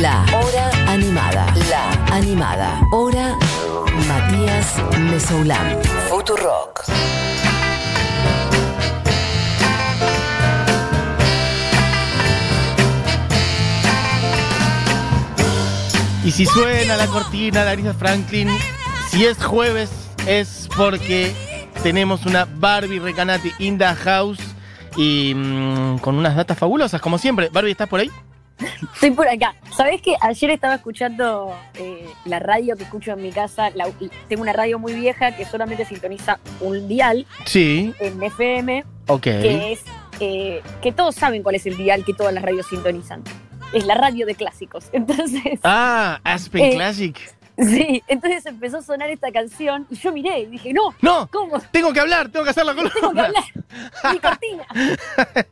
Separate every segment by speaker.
Speaker 1: La hora animada. La animada. Hora Matías Mesoulán. Futurock.
Speaker 2: Y si suena la cortina, Larissa Franklin, si es jueves es porque tenemos una Barbie Recanati in the house y mm, con unas datas fabulosas, como siempre. Barbie, ¿estás por ahí?
Speaker 3: Estoy por acá. ¿Sabés que ayer estaba escuchando eh, la radio que escucho en mi casa? la- y tengo una radio muy vieja que solamente sintoniza un dial
Speaker 2: Sí.
Speaker 3: en FM,
Speaker 2: Ok.
Speaker 3: que es eh, que todos saben cuál es el dial que todas las radios sintonizan. Es la radio de clásicos. Entonces,
Speaker 2: Ah, Aspen
Speaker 3: Eh.
Speaker 2: Classic.
Speaker 3: sí, entonces empezó a sonar esta canción y yo miré y dije, no,
Speaker 2: No,
Speaker 3: ¿cómo?
Speaker 2: tengo que hablar, tengo que hacer la
Speaker 3: Tengo que
Speaker 2: columna.
Speaker 3: hablar. Mi cortina.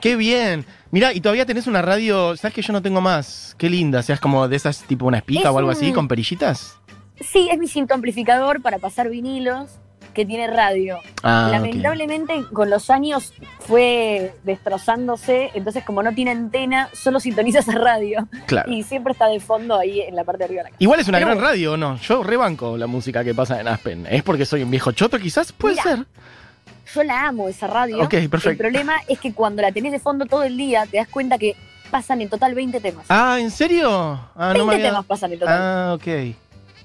Speaker 2: Qué bien. Mirá, y todavía tenés una radio, ¿sabes que yo no tengo más? Qué linda, seas como de esas tipo una espica
Speaker 3: Es
Speaker 2: o algo así,
Speaker 3: un-
Speaker 2: con perillitas.
Speaker 3: Sí, es mi sintoamplificador para pasar vinilos que tiene radio.
Speaker 2: Ah, ok.
Speaker 3: Lamentablemente con los años fue destrozándose, entonces como no tiene antena, solo sintoniza esa radio
Speaker 2: Claro.
Speaker 3: y siempre está de fondo ahí en la parte de arriba de la casa.
Speaker 2: Igual es una
Speaker 3: Pero
Speaker 2: gran radio, ¿o no? Yo rebanco la música que pasa en Aspen. ¿Es porque soy un viejo choto, quizás? Puede
Speaker 3: Mira,
Speaker 2: ser.
Speaker 3: Yo la amo esa radio.
Speaker 2: Ok,
Speaker 3: El
Speaker 2: perfecto.
Speaker 3: problema es que cuando la tenés de fondo todo el día, te das cuenta que pasan en total 20 temas.
Speaker 2: Ah, ¿en serio? Ah,
Speaker 3: 20
Speaker 2: no me había...
Speaker 3: temas pasan en total.
Speaker 2: Ah, ok.
Speaker 3: Es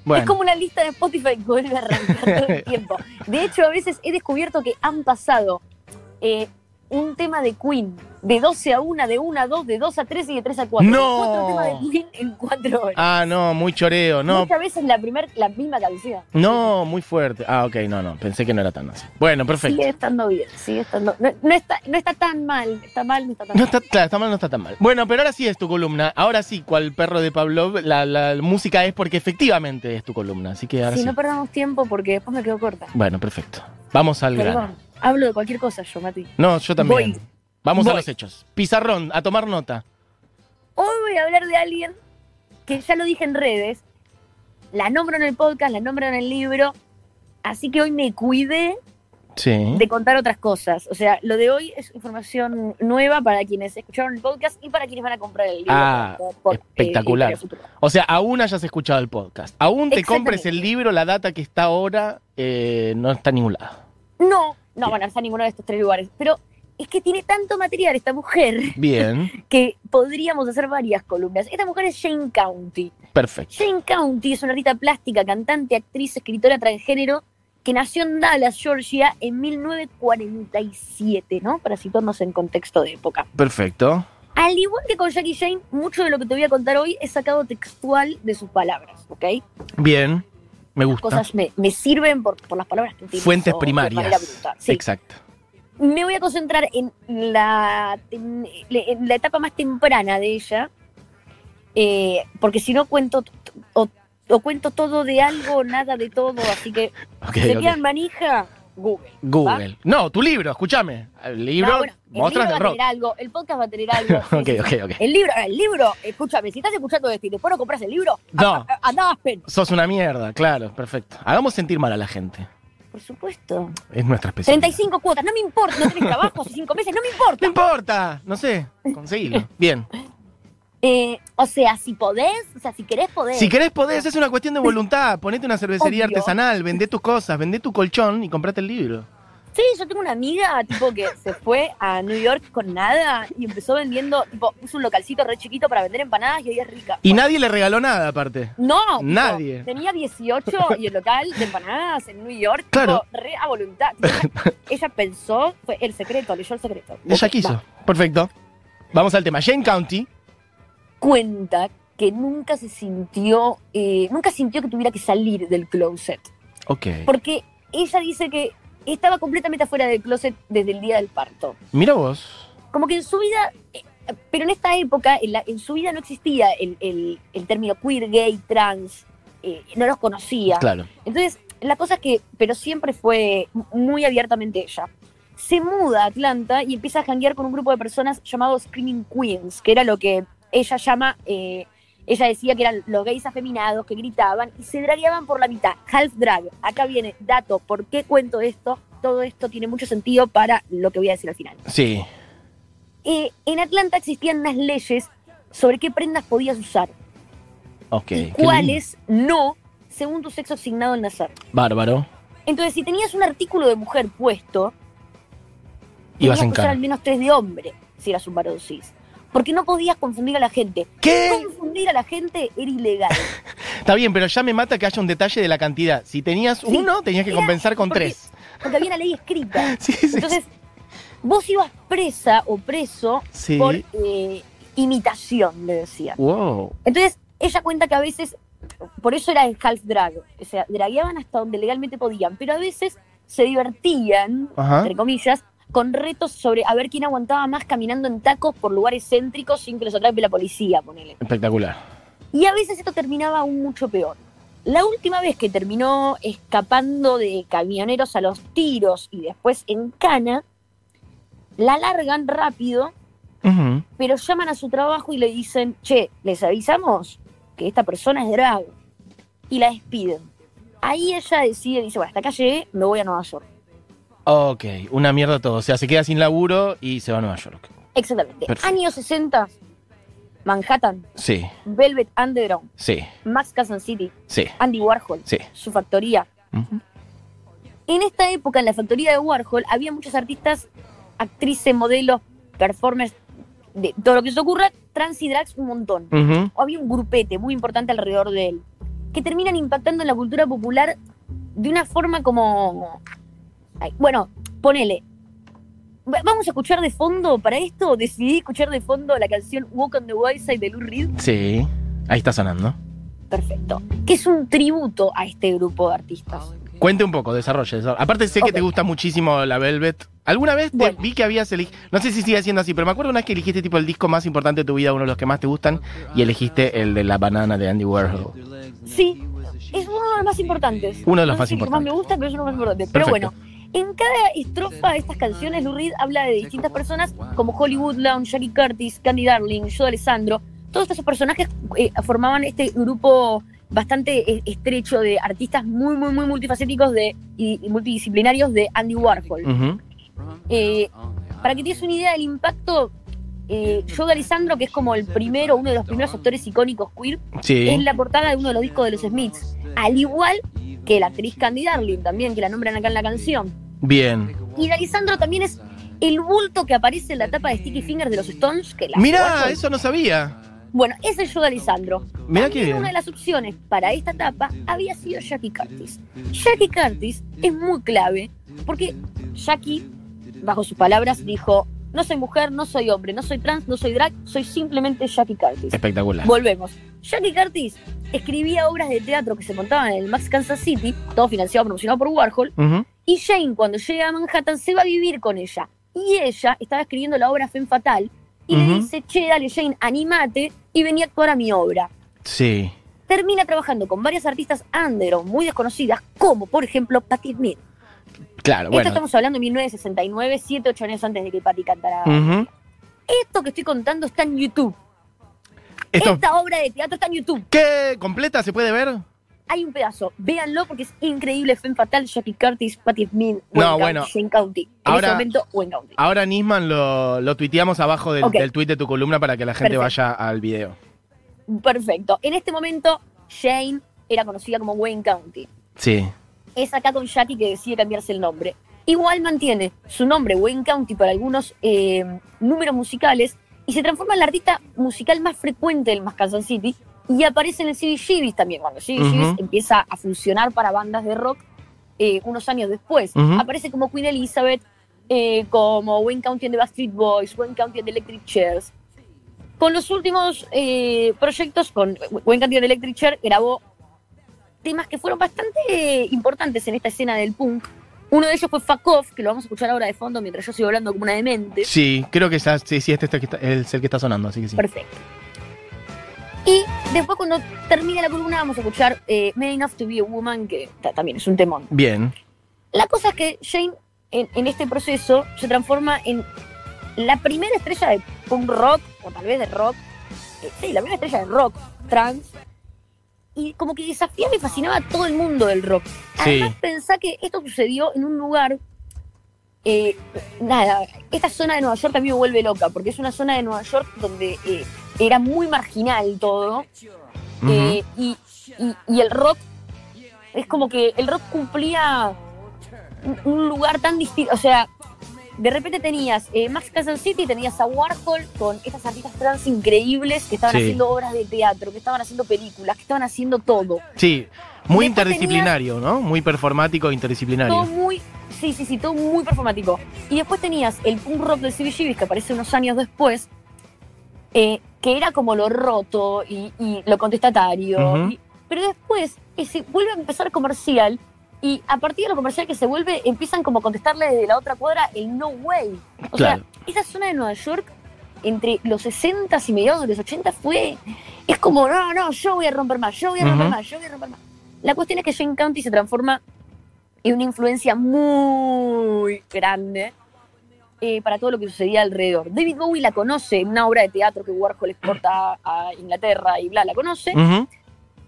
Speaker 2: Bueno,
Speaker 3: como una lista de Spotify que vuelve a arrancar todo el tiempo. De hecho, a veces he descubierto que han pasado eh, un tema de Queen de 12 a 1, de 1 a 2, de 2 a 3 y de 3 a 4.
Speaker 2: ¡No!
Speaker 3: Cuatro temas de Queen en 4 horas.
Speaker 2: ah, no, muy choreo, no,
Speaker 3: Muchas veces la, primer, la misma canción.
Speaker 2: no, muy fuerte. Ah, ok, no, no, pensé que no era tan así. Bueno, perfecto.
Speaker 3: Sigue estando bien, sigue estando. No, no está, no está tan mal, está mal, no está tan
Speaker 2: No
Speaker 3: mal.
Speaker 2: está, claro, está mal, no está tan mal. Bueno, pero ahora sí es tu columna. Ahora sí, cual perro de Pavlov, la, la música es porque efectivamente es tu columna. Así que ahora
Speaker 3: Si
Speaker 2: sí.
Speaker 3: no perdamos tiempo, porque después me quedo corta.
Speaker 2: Bueno, perfecto. Vamos al grano.
Speaker 3: Perdón, hablo de cualquier cosa yo, Mati.
Speaker 2: No, yo también.
Speaker 3: Voy.
Speaker 2: Vamos a
Speaker 3: Voy.
Speaker 2: los hechos. Pizarrón, a tomar nota.
Speaker 3: Hoy voy a hablar de alguien que ya lo dije en redes, la nombro en el podcast, la nombro en el libro, así que hoy me cuidé
Speaker 2: Sí.
Speaker 3: de contar otras cosas. O sea, lo de hoy es información nueva para quienes escucharon el podcast y para quienes van a comprar el libro.
Speaker 2: Ah,
Speaker 3: por- eh,
Speaker 2: espectacular.
Speaker 3: Editorial Futuro.
Speaker 2: O sea, aún hayas escuchado el podcast. Aún te compres
Speaker 3: Exactamente.
Speaker 2: el libro, la data que está ahora eh, no está en ningún lado.
Speaker 3: no, no van a estar en ninguno de estos tres lugares, pero es que tiene tanto material esta mujer
Speaker 2: Bien,
Speaker 3: que podríamos hacer varias columnas. Esta mujer es Jane County.
Speaker 2: perfecto.
Speaker 3: Jane County es una artista plástica, cantante, actriz, escritora transgénero que nació en Dallas, Georgia, en 1947, ¿no? Para situarnos en contexto de época.
Speaker 2: Perfecto.
Speaker 3: Al igual que con Jackie Jane, mucho de lo que te voy a contar hoy es sacado textual de sus palabras, ¿ok?
Speaker 2: Bien, me gusta.
Speaker 3: Cosas me, me sirven por, por las palabras que utilizo.
Speaker 2: Ah.
Speaker 3: de
Speaker 2: Fuentes
Speaker 3: manera
Speaker 2: primarias.
Speaker 3: brutal. Sí.
Speaker 2: Exacto.
Speaker 3: Me voy a concentrar en la, en, la etapa más temprana de ella, eh, porque si no cuento t- t- o, o cuento todo de algo, nada de todo, así que
Speaker 2: Ok,
Speaker 3: se
Speaker 2: ok.
Speaker 3: quedan manija, Google.
Speaker 2: Google. No, tu libro, escúchame. El libro,
Speaker 3: No, bueno, el libro
Speaker 2: Mostras
Speaker 3: va
Speaker 2: de
Speaker 3: a
Speaker 2: Rock.
Speaker 3: tener algo, el podcast va a tener algo. sí,
Speaker 2: ok,
Speaker 3: sí,
Speaker 2: ok,
Speaker 3: sí.
Speaker 2: ok.
Speaker 3: El libro, el libro, escúchame, si estás escuchando esto y después no compras el libro,
Speaker 2: No,
Speaker 3: a- andá a Aspen.
Speaker 2: sos una mierda, claro, perfecto. Hagamos sentir mal a la gente.
Speaker 3: Por supuesto.
Speaker 2: Es nuestra especialidad.
Speaker 3: 35 cuotas, no me importa, no tenés trabajo hace 5 meses, no me importa.
Speaker 2: No importa, no sé, conseguilo. Bien.
Speaker 3: Eh, o sea, si podés, o sea, si querés, podés.
Speaker 2: Si querés podés, es una cuestión de voluntad. Ponete una cervecería
Speaker 3: Obvio.
Speaker 2: artesanal, vendé tus cosas, vendé tu colchón y comprate el libro.
Speaker 3: Sí, yo tengo una amiga, tipo, que se fue a New York con nada y empezó vendiendo, tipo, puso un localcito re chiquito para vender empanadas y hoy es rica.
Speaker 2: Y nadie le regaló nada aparte.
Speaker 3: No, tipo,
Speaker 2: nadie.
Speaker 3: tenía 18 y el local de empanadas en New York, tipo,
Speaker 2: Claro.
Speaker 3: re a voluntad. Ella, ella pensó, fue el secreto, leyó el secreto.
Speaker 2: Ella
Speaker 3: Ok,
Speaker 2: quiso.
Speaker 3: va.
Speaker 2: Perfecto. Vamos al tema. Jane County.
Speaker 3: Cuenta que nunca se sintió, eh, nunca sintió que tuviera que salir del closet.
Speaker 2: Ok.
Speaker 3: Porque ella dice que estaba completamente afuera del closet desde el día del parto.
Speaker 2: Mira vos.
Speaker 3: como que en su vida, eh, pero en esta época, en, la- en su vida no existía el, el- el término queer, gay, trans, eh, no los conocía.
Speaker 2: Claro.
Speaker 3: Entonces, la cosa es que, pero siempre fue muy abiertamente ella. Se muda a Atlanta y empieza a janguear con un grupo de personas llamados Screaming Queens, que era lo que ella llama, eh, ella decía que eran los gays afeminados que gritaban y se dragueaban por la mitad, half drag. Acá viene dato, ¿por qué cuento esto? Todo esto tiene mucho sentido para lo que voy a decir al final.
Speaker 2: Sí.
Speaker 3: Eh, en Atlanta existían unas leyes sobre qué prendas podías usar
Speaker 2: Ok.
Speaker 3: y
Speaker 2: qué
Speaker 3: cuáles no, según tu sexo asignado al nacer.
Speaker 2: lindo. Bárbaro.
Speaker 3: Entonces, si tenías un artículo de mujer puesto, tenías
Speaker 2: Ibas en
Speaker 3: que usar al
Speaker 2: cara.
Speaker 3: menos tres de hombre, si eras un varón cis. Porque no podías confundir a la gente.
Speaker 2: ¿Qué?
Speaker 3: Confundir a la gente era ilegal.
Speaker 2: Está bien, pero ya me mata que haya un detalle de la cantidad. Si tenías uno, tenías que
Speaker 3: Era-
Speaker 2: compensar con
Speaker 3: porque-
Speaker 2: tres.
Speaker 3: Porque había una ley escrita.
Speaker 2: Sí, sí,
Speaker 3: Entonces, vos ibas presa o preso
Speaker 2: sí.
Speaker 3: por eh, imitación, le decían.
Speaker 2: Wow.
Speaker 3: Entonces, ella cuenta que a veces, por eso era el half drag, o sea, dragueaban hasta donde legalmente podían, pero a veces se divertían,
Speaker 2: Ajá.
Speaker 3: entre comillas, con retos sobre a ver quién aguantaba más caminando en tacos por lugares céntricos sin que los atrape la policía, ponele.
Speaker 2: Espectacular.
Speaker 3: Y a veces esto terminaba aún mucho peor. La última vez que terminó escapando de camioneros a los tiros y después en cana, la largan rápido
Speaker 2: Ujú.
Speaker 3: pero llaman a su trabajo y le dicen, che, les avisamos que esta persona es drag. Y la despiden. Ahí ella decide, dice, bueno, hasta acá llegué, me voy a Nueva York.
Speaker 2: Ok, una mierda todo. O sea, se queda sin laburo y se va a Nueva York.
Speaker 3: Exactamente.
Speaker 2: Perfecto.
Speaker 3: Años 60, Manhattan,
Speaker 2: Sí,
Speaker 3: Velvet Underground,
Speaker 2: sí,
Speaker 3: Max Kansas City,
Speaker 2: sí,
Speaker 3: Andy Warhol,
Speaker 2: sí.
Speaker 3: su factoría.
Speaker 2: Ujú.
Speaker 3: En esta época, en la factoría de Warhol, había muchos artistas, actrices, modelos, performers, de todo lo que se ocurra, trans y drags un montón.
Speaker 2: Ujú.
Speaker 3: o había un grupete muy importante alrededor de él, que terminan impactando en la cultura popular de una forma como... Ay, bueno, ponele. Va- Vamos a escuchar de fondo, para esto decidí escuchar de fondo la canción Walk on the Wild Side de Lou Reed.
Speaker 2: Sí. Ahí está sonando.
Speaker 3: Perfecto. Que es un tributo a este grupo de artistas.
Speaker 2: Cuente un poco, desarrolle. desarrolle. Aparte sé que
Speaker 3: Ok.
Speaker 2: te gusta muchísimo la Velvet. ¿Alguna vez te
Speaker 3: Bueno.
Speaker 2: vi que habías elegido, no sé si sigue siendo así, pero me acuerdo una vez que elegiste tipo el disco más importante de tu vida, uno de los que más te gustan, y elegiste el de La Banana de Andy Warhol.
Speaker 3: Sí, es uno de los más importantes.
Speaker 2: Uno de los
Speaker 3: No
Speaker 2: más
Speaker 3: sé si es el que más me
Speaker 2: importantes.
Speaker 3: gusta, pero es uno de los más importantes. Pero
Speaker 2: Perfecto.
Speaker 3: bueno, en cada estrofa de estas canciones, Lou Reed habla de distintas personas como Hollywood Lounge, Jackie Curtis, Candy Darling, Joe Alessandro. Todos estos personajes eh, formaban este grupo bastante eh, estrecho de artistas muy, muy, muy multifacéticos de, y, y multidisciplinarios de Andy Warhol.
Speaker 2: Ujú.
Speaker 3: Eh, para que te des una idea del impacto, eh, Joe Alessandro, que es como el primero, uno de los primeros actores icónicos queer, es
Speaker 2: Sí.
Speaker 3: la portada de uno de los discos de los Smiths. Al igual que la actriz Candy Darling también, que la nombran acá en la canción.
Speaker 2: Bien.
Speaker 3: Y D'Alessandro también es el bulto que aparece en la tapa de Sticky Fingers de los Stones. Que la
Speaker 2: Mirá, eso no sabía.
Speaker 3: Bueno, ese es yo D'Alessandro.
Speaker 2: Mirá qué
Speaker 3: También Una de
Speaker 2: bien.
Speaker 3: las opciones para esta tapa había sido Jackie Curtis. Jackie Curtis es muy clave porque Jackie, bajo sus palabras, dijo: No soy mujer, no soy hombre, no soy trans, no soy drag, soy simplemente Jackie Curtis.
Speaker 2: Espectacular.
Speaker 3: Volvemos. Jackie Curtis escribía obras de teatro que se montaban en el Max Kansas City, todo financiado, promocionado por Warhol,
Speaker 2: Ujú.
Speaker 3: y Jane cuando llega a Manhattan se va a vivir con ella. Y ella estaba escribiendo la obra Femme Fatal y le
Speaker 2: Ujú.
Speaker 3: dice, che, dale Jane, animate y vení a actuar a mi obra.
Speaker 2: Sí.
Speaker 3: Termina trabajando con varias artistas underground muy desconocidas, como por ejemplo Patti Smith.
Speaker 2: Claro,
Speaker 3: Esto
Speaker 2: bueno.
Speaker 3: estamos hablando de 1969, 7, 8 años antes de que Patti cantara.
Speaker 2: Ujú.
Speaker 3: Esto que estoy contando está en YouTube.
Speaker 2: Esto,
Speaker 3: Esta obra de teatro está en YouTube.
Speaker 2: ¿Qué? ¿Completa? ¿Se puede ver?
Speaker 3: hay un pedazo, véanlo porque es increíble, Femme Fatal, Jackie Curtis, Patti Smith, Wayne
Speaker 2: No,
Speaker 3: County,
Speaker 2: bueno.
Speaker 3: Jane County. En
Speaker 2: Ahora-
Speaker 3: ese momento, Wayne County.
Speaker 2: Ahora Nisman lo, lo tuiteamos abajo del,
Speaker 3: Ok.
Speaker 2: del tuit de tu columna para que la gente
Speaker 3: Perfecto.
Speaker 2: vaya al video.
Speaker 3: Perfecto. En este momento, Jane era conocida como Wayne County.
Speaker 2: Sí.
Speaker 3: Es acá con Jackie que decide cambiarse el nombre. Igual mantiene su nombre, Wayne County, para algunos eh, números musicales y se transforma en la artista musical más frecuente del Kansas City y aparece en el CBGBs también, cuando CBGBs
Speaker 2: Ujú.
Speaker 3: empieza a funcionar para bandas de rock eh, unos años después.
Speaker 2: Ujú.
Speaker 3: Aparece como Queen Elizabeth, eh, como Wayne County and the Backstreet Boys, Wayne County and the Electric Chairs. Con los últimos eh, proyectos, con Wayne County and the Electric Chair, grabó temas que fueron bastante eh, importantes en esta escena del punk. Uno de ellos fue Fuck Off, que lo vamos a escuchar ahora de fondo mientras yo sigo hablando como una demente.
Speaker 2: Sí, creo que ya, sí, sí, este, este que está- es el que está sonando, así que sí.
Speaker 3: Perfecto. Y después cuando termine la columna vamos a escuchar eh, Man Enough to Be a Woman, que ta- también es un temón.
Speaker 2: Bien.
Speaker 3: La cosa es que Jane en, en este proceso se transforma en la primera estrella de punk rock, o tal vez de rock, eh, sí, la primera estrella de rock trans, y como que desafiaba y fascinaba a todo el mundo del rock.
Speaker 2: Sí.
Speaker 3: Además, pensá que esto sucedió en un lugar. eh, nada, esta zona de Nueva York a mí me vuelve loca, porque es una zona de Nueva York donde eh, era muy marginal todo. Eh, y, y- y el rock es como que el rock cumplía un, un lugar tan distinto. O sea, de repente tenías eh, Max Castle City, tenías a Warhol con estas artistas trans increíbles que estaban
Speaker 2: Sí.
Speaker 3: haciendo obras de teatro, que estaban haciendo películas, que estaban haciendo todo.
Speaker 2: Sí,
Speaker 3: Después
Speaker 2: muy interdisciplinario, ¿no? Muy performático e
Speaker 3: Todo
Speaker 2: interdisciplinario.
Speaker 3: muy. Sí, sí, sí, todo muy performático. Y después tenías el punk rock del CBGB que aparece unos años después, eh, que era como lo roto y, y lo contestatario.
Speaker 2: Ujú.
Speaker 3: y- pero después eh, se vuelve a empezar comercial y a partir de lo comercial que se vuelve, empiezan como a contestarle desde la otra cuadra el no way. O
Speaker 2: Claro.
Speaker 3: sea, esa zona de Nueva York entre los 60 y mediados de los 80 fue. Es como, no, no, yo voy a romper más, yo voy a romper
Speaker 2: Ujú.
Speaker 3: más, yo voy a romper más. La cuestión es que Jane County se transforma en una influencia muy grande eh, para todo lo que sucedía alrededor. David Bowie la conoce en una obra de teatro que Warhol exporta a Inglaterra y bla, la conoce,
Speaker 2: Ujú.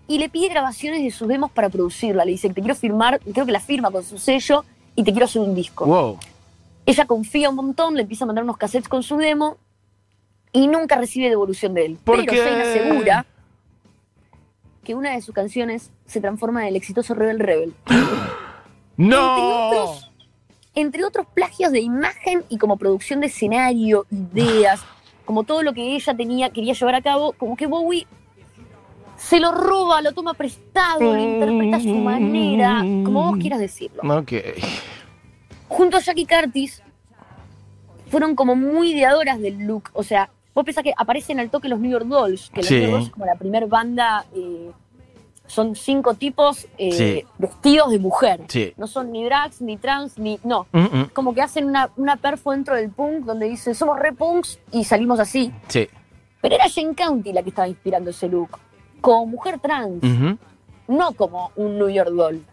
Speaker 3: y le pide grabaciones de sus demos para producirla. Le dice, te quiero firmar, creo que la firma con su sello y te quiero hacer un disco.
Speaker 2: Wow.
Speaker 3: Ella confía un montón, le empieza a mandar unos cassettes con su demo y nunca recibe devolución de él.
Speaker 2: ¿Por
Speaker 3: Pero
Speaker 2: qué?
Speaker 3: Zayn asegura que una de sus canciones se transforma en el exitoso Rebel Rebel.
Speaker 2: ¡No!
Speaker 3: otros- Entre otros plagios de imagen y como producción de escenario, ideas, como todo lo que ella tenía, quería llevar a cabo, como que Bowie se lo roba, lo toma prestado, lo interpreta a su manera, como vos quieras decirlo.
Speaker 2: Ok.
Speaker 3: junto a Jackie Curtis, fueron como muy ideadoras del look. O sea, vos pensás que aparecen al toque los New York Dolls, que los
Speaker 2: Sí.
Speaker 3: New York Dolls es como la primer banda, eh, son cinco tipos eh,
Speaker 2: Sí.
Speaker 3: vestidos de mujer.
Speaker 2: Sí.
Speaker 3: No son ni drags, ni trans, ni... No,
Speaker 2: Mm, mm,
Speaker 3: como que hacen una, una perfo dentro del punk donde dicen somos re punks y salimos así.
Speaker 2: Sí.
Speaker 3: Pero era Jane County la que estaba inspirando ese look, como mujer trans
Speaker 2: Ujú.
Speaker 3: no como un New York Doll.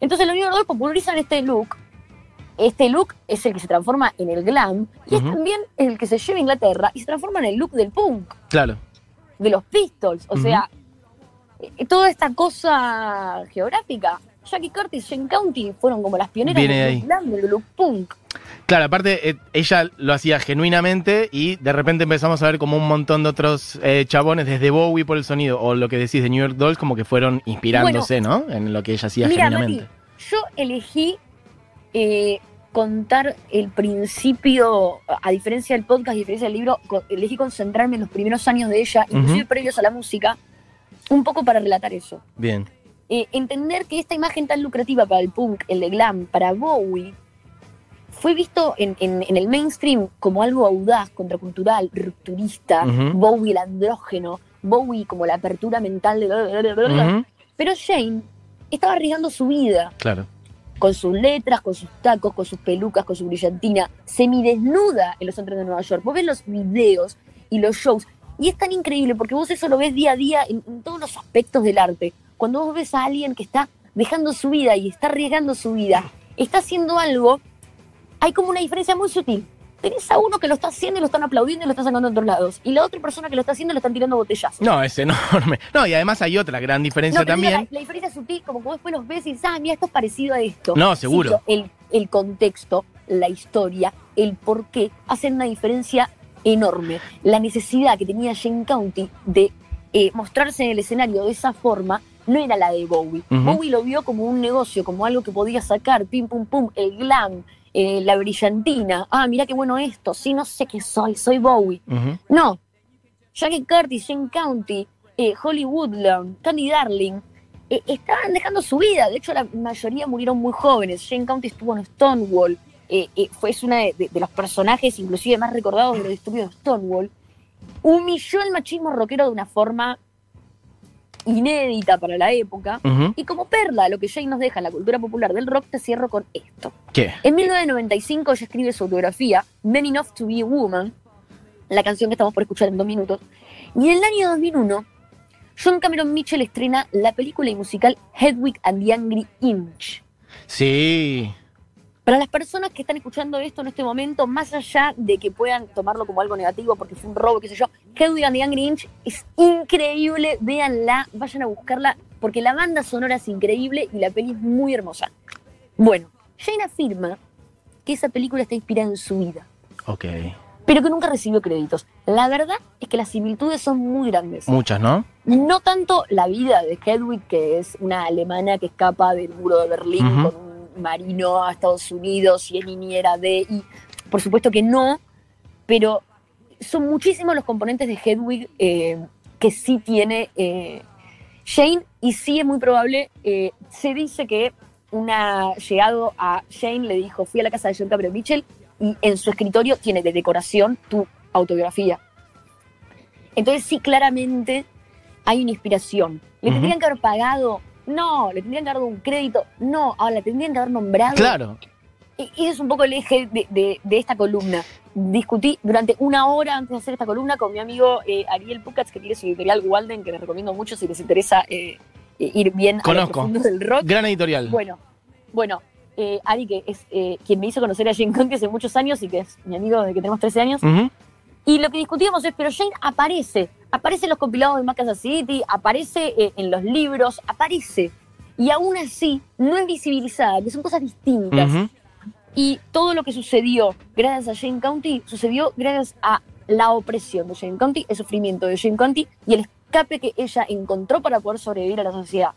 Speaker 3: Entonces los New York Doll popularizan este look. Este look es el que se transforma en el glam y
Speaker 2: Ujú.
Speaker 3: es también el que se lleva a Inglaterra y se transforma en el look del punk,
Speaker 2: Claro.
Speaker 3: de los Pistols. O
Speaker 2: Ujú.
Speaker 3: sea, eh, toda esta cosa geográfica. Jackie Curtis, Jane County fueron como las pioneras
Speaker 2: Viene de
Speaker 3: del
Speaker 2: ahí.
Speaker 3: look glam, del look punk.
Speaker 2: Claro, aparte, eh, ella lo hacía genuinamente y de repente empezamos a ver como un montón de otros eh, chabones, desde Bowie por el sonido o lo que decís de New York Dolls, como que fueron inspirándose, ¿no? En lo que ella hacía
Speaker 3: Mira,
Speaker 2: genuinamente.
Speaker 3: Mati, yo elegí eh, contar el principio, a- a diferencia del podcast, a diferencia del libro, co- elegí concentrarme en los primeros años de ella, inclusive previos a la música, un poco para relatar eso.
Speaker 2: Bien.
Speaker 3: Eh, entender que esta imagen tan lucrativa para el punk, el de glam, para Bowie, fue visto en, en- en el mainstream como algo audaz, contracultural, rupturista,
Speaker 2: Ujú.
Speaker 3: Bowie el andrógeno, Bowie como la apertura mental de...
Speaker 2: Ujú,
Speaker 3: Pero Jane estaba arriesgando su vida
Speaker 2: Claro.
Speaker 3: con sus letras, con sus tacos, con sus pelucas, con su brillantina, semidesnuda en los centros de Nueva York. Vos ves los videos y los shows y es tan increíble porque vos eso lo ves día a día en, en todos los aspectos del arte. Cuando vos ves a alguien que está dejando su vida y está arriesgando su vida, está haciendo algo, hay como una diferencia muy sutil. Tenés a uno que lo está haciendo y lo están aplaudiendo y lo están sacando a otros lados. Y la otra persona que lo está haciendo lo están tirando botellazos.
Speaker 2: No, es enorme. No, y además hay otra gran diferencia
Speaker 3: No, pero digo,
Speaker 2: también.
Speaker 3: La, la diferencia es sutil, como que vos después los ves y dices, ah, mira, esto es parecido a esto.
Speaker 2: No, seguro.
Speaker 3: Sí, el, el contexto, la historia, el por qué, hacen una diferencia enorme. La necesidad que tenía Jane County de eh, mostrarse en el escenario de esa forma no era la de Bowie.
Speaker 2: Ujú.
Speaker 3: Bowie lo vio como un negocio, como algo que podía sacar, pim, pum, pum, el glam, eh, la brillantina. Ah, mira qué bueno esto. Sí, no sé qué soy, soy Bowie.
Speaker 2: Ujú,
Speaker 3: No. Jackie Curtis, Jane County, eh, Holly Woodland, Candy Darling, eh, estaban dejando su vida. De hecho, la mayoría murieron muy jóvenes. Jane County estuvo en Stonewall. eh, eh, fue es una de, de- de los personajes, inclusive más recordados de los disturbios de Stonewall. Humilló el machismo rockero de una forma inédita para la época.
Speaker 2: ujú.
Speaker 3: Y como perla, lo que Jane nos deja en la cultura popular del rock, te cierro con esto.
Speaker 2: ¿Qué?
Speaker 3: En 1995 ella escribe su autografía, Men Enough to Be a Woman, la canción que estamos por escuchar en dos minutos. Y en el año 2001, John Cameron Mitchell estrena la película y musical Hedwig and the Angry Inch.
Speaker 2: Sí.
Speaker 3: Para las personas que están escuchando esto en este momento, más allá de que puedan tomarlo como algo negativo porque fue un robo, qué sé yo, Hedwig and the Angry Inch es increíble, véanla, vayan a buscarla, porque la banda sonora es increíble y la peli es muy hermosa. Bueno, Jane afirma que esa película está inspirada en su vida.
Speaker 2: Ok.
Speaker 3: pero que nunca recibió créditos. La verdad es que las similitudes son muy grandes.
Speaker 2: Muchas, ¿no?
Speaker 3: No tanto la vida de Hedwig, que es una alemana que escapa del muro de Berlín
Speaker 2: Ujú.
Speaker 3: con un marino a Estados Unidos y es niñera de... Y por supuesto que no, pero son muchísimos los componentes de Hedwig eh, que sí tiene eh, Jane y sí es muy probable, eh, se dice que una llegado a Jane le dijo, fui a la casa de John Gabriel Mitchell y en su escritorio tiene de decoración tu autobiografía. Entonces sí, claramente hay una inspiración. ¿Le
Speaker 2: Ujú.
Speaker 3: tendrían que haber pagado? No, le tendrían que haber dado un crédito. No, ahora le tendrían que haber nombrado.
Speaker 2: Claro.
Speaker 3: Y, y es un poco el eje de, de- de esta columna. Discutí durante una hora antes de hacer esta columna con mi amigo eh, Ariel Pucats, que tiene su editorial Walden, que les recomiendo mucho si les interesa eh, eh, ir bien a lo
Speaker 2: Conozco.
Speaker 3: profundo del rock.
Speaker 2: Gran editorial.
Speaker 3: Bueno, bueno, eh, Ari, que es eh, quien me hizo conocer a Jane Conte hace muchos años y que es mi amigo desde que tenemos 13 años.
Speaker 2: Ujú.
Speaker 3: Y lo que discutíamos es, pero Jane aparece, aparece en los compilados de Macasa City, aparece eh, en los libros, aparece. Y aún así, no es visibilizada, que son cosas distintas.
Speaker 2: Ujú.
Speaker 3: Y todo lo que sucedió gracias a Jane County sucedió gracias a la opresión de Jane County, el sufrimiento de Jane County y el escape que ella encontró para poder sobrevivir a la sociedad.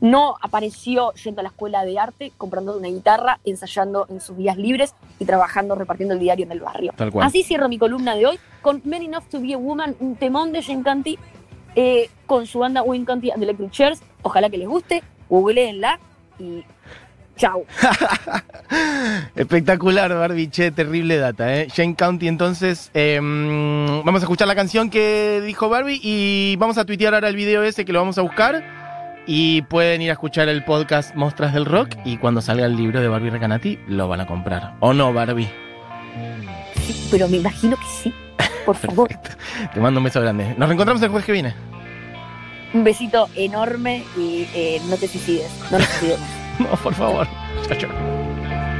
Speaker 3: No apareció yendo a la escuela de arte, comprando una guitarra, ensayando en sus días libres y trabajando repartiendo el diario en el barrio.
Speaker 2: Tal cual.
Speaker 3: Así cierro mi columna de hoy con Men Enough to Be a Woman, un temón de Jane County eh, con su banda Wayne County and the Electric Chairs. Ojalá que les guste, googleenla y chau.
Speaker 2: Espectacular, Barbie. Che, terrible data, ¿eh? Jane County, entonces. eh, vamos a escuchar la canción que dijo Barbie y vamos a tuitear ahora el video ese que lo vamos a buscar. Y pueden ir a escuchar el podcast Mostras del Rock y cuando salga el libro de Barbie Recanati lo van a comprar. ¿O no, Barbie?
Speaker 3: Sí, pero me imagino que sí. Por favor,
Speaker 2: Te mando un beso grande. Nos reencontramos el jueves que viene.
Speaker 3: un besito enorme y eh, no te suicides. No nos suicidemos.
Speaker 2: No, por favor. Chao, chao.